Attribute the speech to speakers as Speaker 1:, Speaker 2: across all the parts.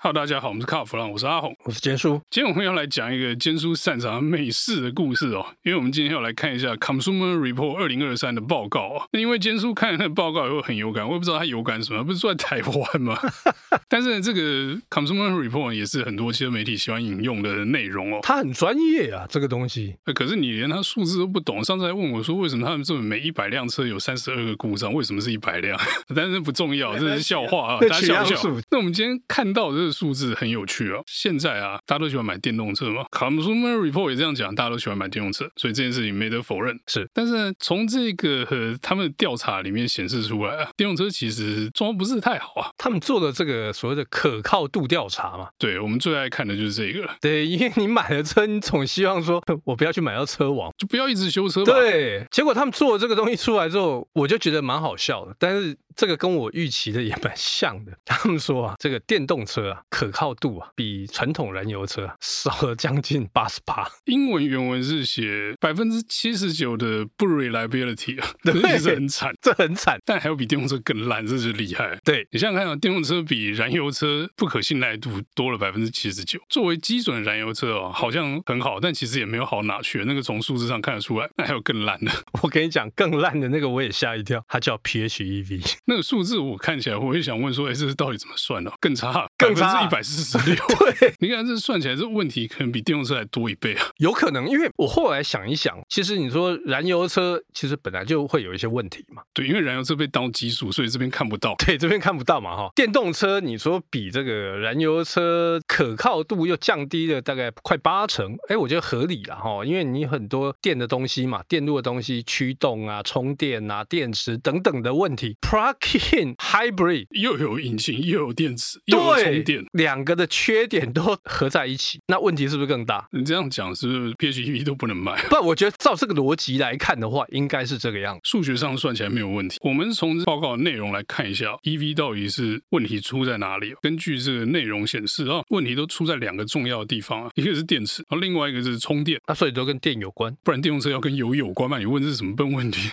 Speaker 1: Hello，大家好，我们是卡弗朗，我是阿红。
Speaker 2: 我是杰叔。
Speaker 1: 今天我们要来讲一个奸书擅长美式的故事哦，因为我们今天要来看一下 Consumer Report 二零二三的报告哦。那因为奸书看了那个报告以后很有感，我也不知道他有感什么，不是住在台湾吗？ 但是呢这个 Consumer Report 也是很多汽车媒体喜欢引用的内容哦。
Speaker 2: 他很专业啊，这个东西。
Speaker 1: 呃可是你连它数字都不懂，上次还问我说，为什么他们这么每一百辆车有三十二个故障，为什么是一百辆？ 但是不重要，这是笑话啊，
Speaker 2: 那
Speaker 1: 大家
Speaker 2: 取
Speaker 1: 笑
Speaker 2: 样
Speaker 1: 一笑
Speaker 2: 数。
Speaker 1: 那我们今天看到的这个数字很有趣啊，现在啊，大家都喜欢买电动车嘛，Consumer Report 也这样讲，大家都喜欢买电动车，所以这件事情没得否认。
Speaker 2: 是，
Speaker 1: 但是呢从这个呃他们的调查里面显示出来啊，电动车其实装不是太好啊。
Speaker 2: 他们做的这个所谓的可靠度调查嘛，
Speaker 1: 对我们最爱看的就是这个了，
Speaker 2: 对，因为你买了车，你总希望说我不要去买到车网。
Speaker 1: 就不要一直修车吧。
Speaker 2: 对，结果他们做了这个东西出来之后，我就觉得蛮好笑的。但是这个跟我预期的也蛮像的。 他们说啊，这个电动车啊，可靠度啊，比传统燃油车、啊、少了将近八十八。
Speaker 1: 英文原文是写百分之七十九的不 reliability 啊，
Speaker 2: 对
Speaker 1: 这是很惨。
Speaker 2: 这很惨。
Speaker 1: 但还有比电动车更烂，这是厉害。
Speaker 2: 对，
Speaker 1: 你想想看啊，电动车比燃油车不可信赖度多了百分之七十九。作为基准燃油车哦，好像很好，但其实也没有好哪去。那个从数字上看得出来，那还有更烂的。
Speaker 2: 我跟你讲，更烂的那个我也吓一跳，它叫 E PHEV。
Speaker 1: 那个数字我看起来，我也想问说，哎，这是到底怎么算呢、更差，啊
Speaker 2: 更
Speaker 1: 百
Speaker 2: 差啊
Speaker 1: 分之一百四十六。
Speaker 2: 对，
Speaker 1: 你看这算起来，这问题可能比电动车还多一倍啊。
Speaker 2: 有可能，因为我后来想一想，其实你说燃油车其实本来就会有一些问题嘛，
Speaker 1: 对，因为燃油车被当基数，所以这边看不到。
Speaker 2: 对，这边看不到嘛哈。电动车你说比这个燃油车可靠度又降低了大概快八成，哎，我觉得合理了哈，因为你很多电的东西嘛，电路的东西，驱动啊、充电啊、电池等等的问题，plug-in hybrid。
Speaker 1: 又有引擎，又有电池， 又有充
Speaker 2: 对
Speaker 1: 电。，
Speaker 2: 两个的缺点都合在一起，那问题是不是更大？
Speaker 1: 你这样讲是不是 PHEV 都不能卖？
Speaker 2: 不，我觉得照这个逻辑来看的话，应该是这个样子。
Speaker 1: 数学上算起来没有问题。我们从报告的内容来看一下，EV 到底是问题出在哪里？啊根据这个内容显示啊，问题都出在两个重要的地方啊，一个是电池，然后另外一个是充电。
Speaker 2: 那所以都跟电有关。
Speaker 1: 不然电动车要跟油有关嘛？你问这是什么笨问题？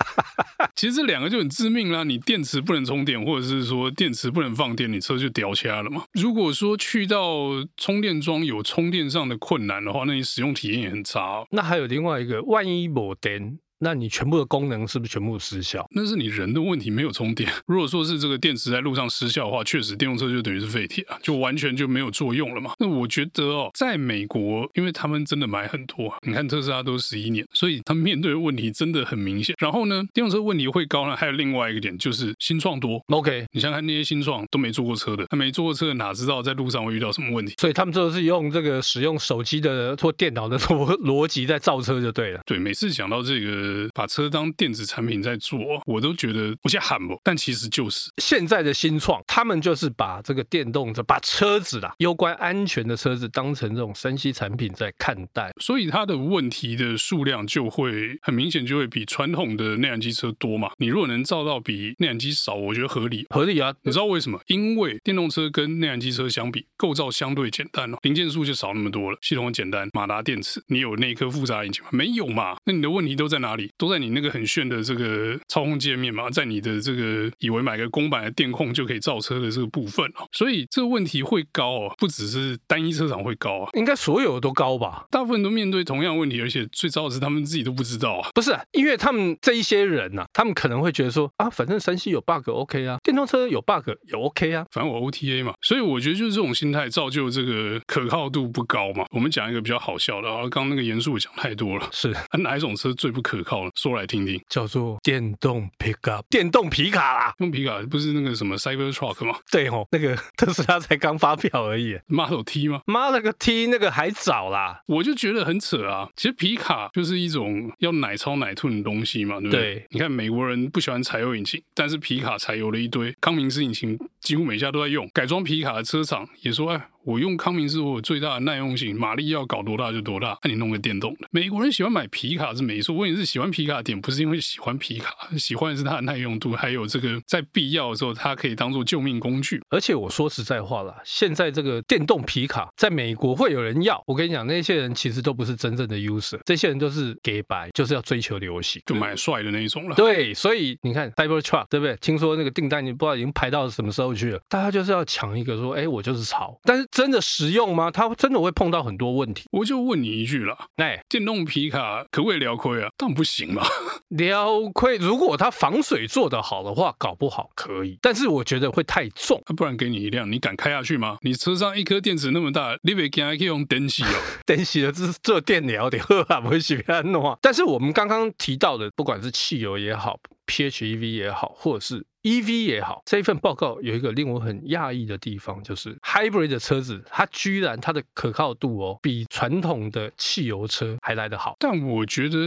Speaker 1: 其实这两个就很致命啦。你电池不能充电，或者是说电池不能放电，你车就掉掐了嘛。如果说去到充电桩有充电上的困难的话，那你使用体验也很差、哦。
Speaker 2: 那还有另外一个，万一某电，那你全部的功能是不是全部失效？
Speaker 1: 那是你人的问题，没有充电。如果说是这个电池在路上失效的话，确实电动车就等于是废铁啊，就完全就没有作用了嘛。那我觉得哦，在美国，因为他们真的买很多、啊，你看特斯拉都十一年，所以他们面对的问题真的很明显。然后呢，电动车问题会高呢，还有另外一个点就是新创多。
Speaker 2: OK，
Speaker 1: 你想想看那些新创都没坐过车的，他没坐过车的哪知道在路上会遇到什么问题？
Speaker 2: 所以他们就是用这个使用手机的或电脑的逻 逻辑在造车就对了。
Speaker 1: 对，每次讲到这个把车当电子产品在做，我都觉得我在喊不，但其实就是
Speaker 2: 现在的新创，他们就是把这个电动车、把车子啦，攸关安全的车子当成这种三 C 产品在看待。
Speaker 1: 所以它的问题的数量就会很明显，就会比传统的内燃机车多嘛。你如果能造到比内燃机少，我觉得合理。
Speaker 2: 合理啊，
Speaker 1: 你知道为什么？因为电动车跟内燃机车相比，构造相对简单哦，零件数就少那么多了，系统很简单，马达、电池，你有那一颗复杂引擎吗？没有嘛？那你的问题都在哪里？都在你那个很炫的这个操控界面嘛，在你的这个以为买个公版的电控就可以造车的这个部分哦。所以这个问题会高哦，不只是单一车厂会高啊，
Speaker 2: 应该所有都高吧？
Speaker 1: 大部分都面对同样的问题，而且最糟的是他们自己都不知道啊。
Speaker 2: 不是、啊，因为他们这一些人呐、他们可能会觉得说啊，反正山西有 bug OK 啊，电动车有 bug 也 OK 啊，
Speaker 1: 反正我 OTA 嘛，所以我觉得就是这种心态造就这个可靠度不高嘛。我们讲一个比较好笑的啊，刚刚那个严肃我讲太多了。
Speaker 2: 是
Speaker 1: 啊、哪一种车最不可靠呢？说来听听。
Speaker 2: 叫做电动 pickup，电动皮卡啦。
Speaker 1: 用皮卡不是那个什么 Cybertruck 吗
Speaker 2: 对哦，那个 特斯拉才刚发表而已，
Speaker 1: ？Model T 吗？
Speaker 2: 妈了个 T，那个还早啦。
Speaker 1: 我就觉得很扯啊！其实皮卡就是一种要奶超奶吞的东西嘛，对不对？
Speaker 2: 对
Speaker 1: 你看美国人不喜欢柴油引擎，但是皮卡柴油了一堆，康明斯引擎几乎每家都在用。改装皮卡的车厂也说，哎，我用康明斯，我有最大的耐用性，马力要搞多大就多大。那、你弄个电动的，美国人喜欢买皮卡是没错，问题是喜欢皮卡的点不是因为喜欢皮卡，喜欢的是它的耐用度，还有这个在必要的时候它可以当做救命工具。
Speaker 2: 而且我说实在话啦，现在这个电动皮卡在美国会有人要，我跟你讲，那些人其实都不是真正的 user，这些人都是给白，就是要追求流行，
Speaker 1: 就买帅的那一种了。
Speaker 2: 对，所以你看 Cybertruck，对不对？听说那个订单你不知道已经排到什么时候去了，大家就是要抢一个说，哎，我就是潮。但是真的实用吗？它真的会碰到很多问题。
Speaker 1: 我就问你一句啦，
Speaker 2: 哎，
Speaker 1: 电动皮卡可不可以聊亏啊？当然不行嘛。
Speaker 2: 撩亏，如果它防水做得好的话，搞不好可以，但是我觉得会太重。
Speaker 1: 啊不然给你一辆，你敢开下去吗？你车上一颗电池那么大，你别还可以用灯器哦。
Speaker 2: 等洗了这这电疗的喝啊，不会洗别弄啊。但是我们刚刚提到的，不管是汽油也好，PHEV 也好，或者是 EV 也好，这一份报告有一个令我很讶异的地方，就是 hybrid 的车子，它居然它的可靠度哦，比传统的汽油车还来得好。
Speaker 1: 但我觉得，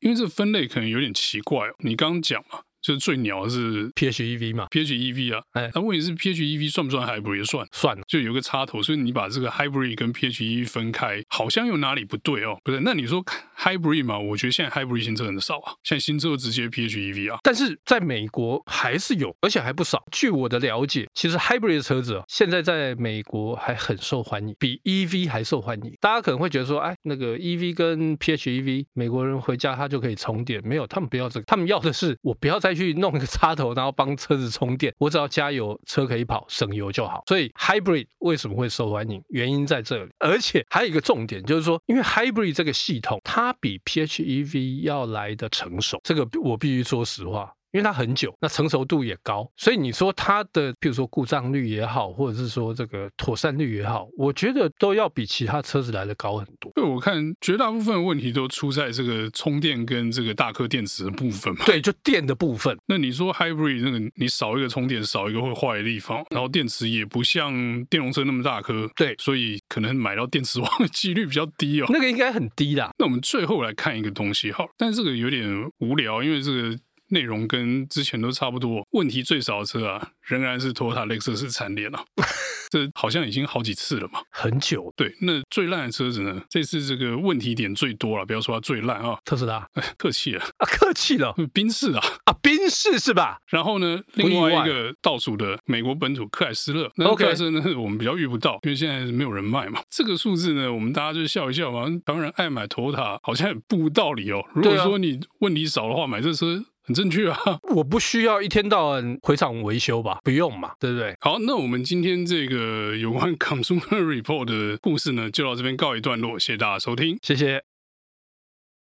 Speaker 1: 因为这分类可能有点奇怪哦。你刚刚讲嘛，就是最鸟的是
Speaker 2: PHEV E 嘛，
Speaker 1: PHEV 啊，
Speaker 2: 哎
Speaker 1: 那问题是 PHEV 算不算 hybrid？也算，
Speaker 2: 算了，
Speaker 1: 就有个插头，所以你把这个 hybrid 跟 PHEV 分开，好像又哪里不对哦。不是，那你说 hybrid 嘛？我觉得现在 hybrid 新车很少啊，现在新车都直接 PHEV 啊。
Speaker 2: 但是在美国还是有，而且还不少。据我的了解，其实 hybrid 的车子哦，现在在美国还很受欢迎，比 EV 还受欢迎。大家可能会觉得说，哎，那个 EV 跟 PHEV，美国人回家他就可以充电，没有，他们不要这个，他们要的是我不要再去弄一个插头，然后帮车子充电，我只要加油，车可以跑，省油就好。所以 hybrid 为什么会受欢迎，原因在这里。而且还有一个重点就是说，因为 hybrid 这个系统，它比 PHEV 要来的成熟，这个我必须说实话。因为它很久，那成熟度也高，所以你说它的，譬如说故障率也好，或者是说这个妥善率也好，我觉得都要比其他车子来的高很多。
Speaker 1: 对，我看绝大部分的问题都出在这个充电跟这个大颗电池的部分嘛。
Speaker 2: 对，就电的部分，
Speaker 1: 那你说 hybrid 那个，你少一个充电，少一个会坏的地方，然后电池也不像电动车那么大颗，
Speaker 2: 对
Speaker 1: 所以可能买到电池王的几率比较低哦。
Speaker 2: 那个应该很低啦。
Speaker 1: 那我们最后来看一个东西好了，但这个有点无聊，因为这个内容跟之前都差不多。问题最少的车啊，仍然是 Toyota Lexus 产联啊， 这好像已经好几次了嘛。
Speaker 2: 很久，
Speaker 1: 对，那最烂的车子呢？这次这个问题点最多了，不要说它最烂啊，
Speaker 2: 特斯拉
Speaker 1: 客气了，
Speaker 2: 啊，客气了
Speaker 1: 宾士啊。
Speaker 2: 啊，宾士是吧？
Speaker 1: 然后呢，
Speaker 2: 意
Speaker 1: 另外
Speaker 2: 外
Speaker 1: 一个倒数的美国本土克莱斯勒，那
Speaker 2: OK
Speaker 1: 克莱斯勒呢，我们比较遇不到，因为现在没有人卖嘛。这个数字呢，我们大家就笑一笑嘛。当然，爱买 Toyota 好像也不无道理哦。如果
Speaker 2: 对啊
Speaker 1: 说你问题少的话，买这车很正确啊。
Speaker 2: 我不需要一天到晚回厂维修吧？不用嘛，对不对？
Speaker 1: 好，那我们今天这 个有关 Consumer Report 的故事呢，就到这边告一段落，谢谢大家收听。
Speaker 2: 谢谢。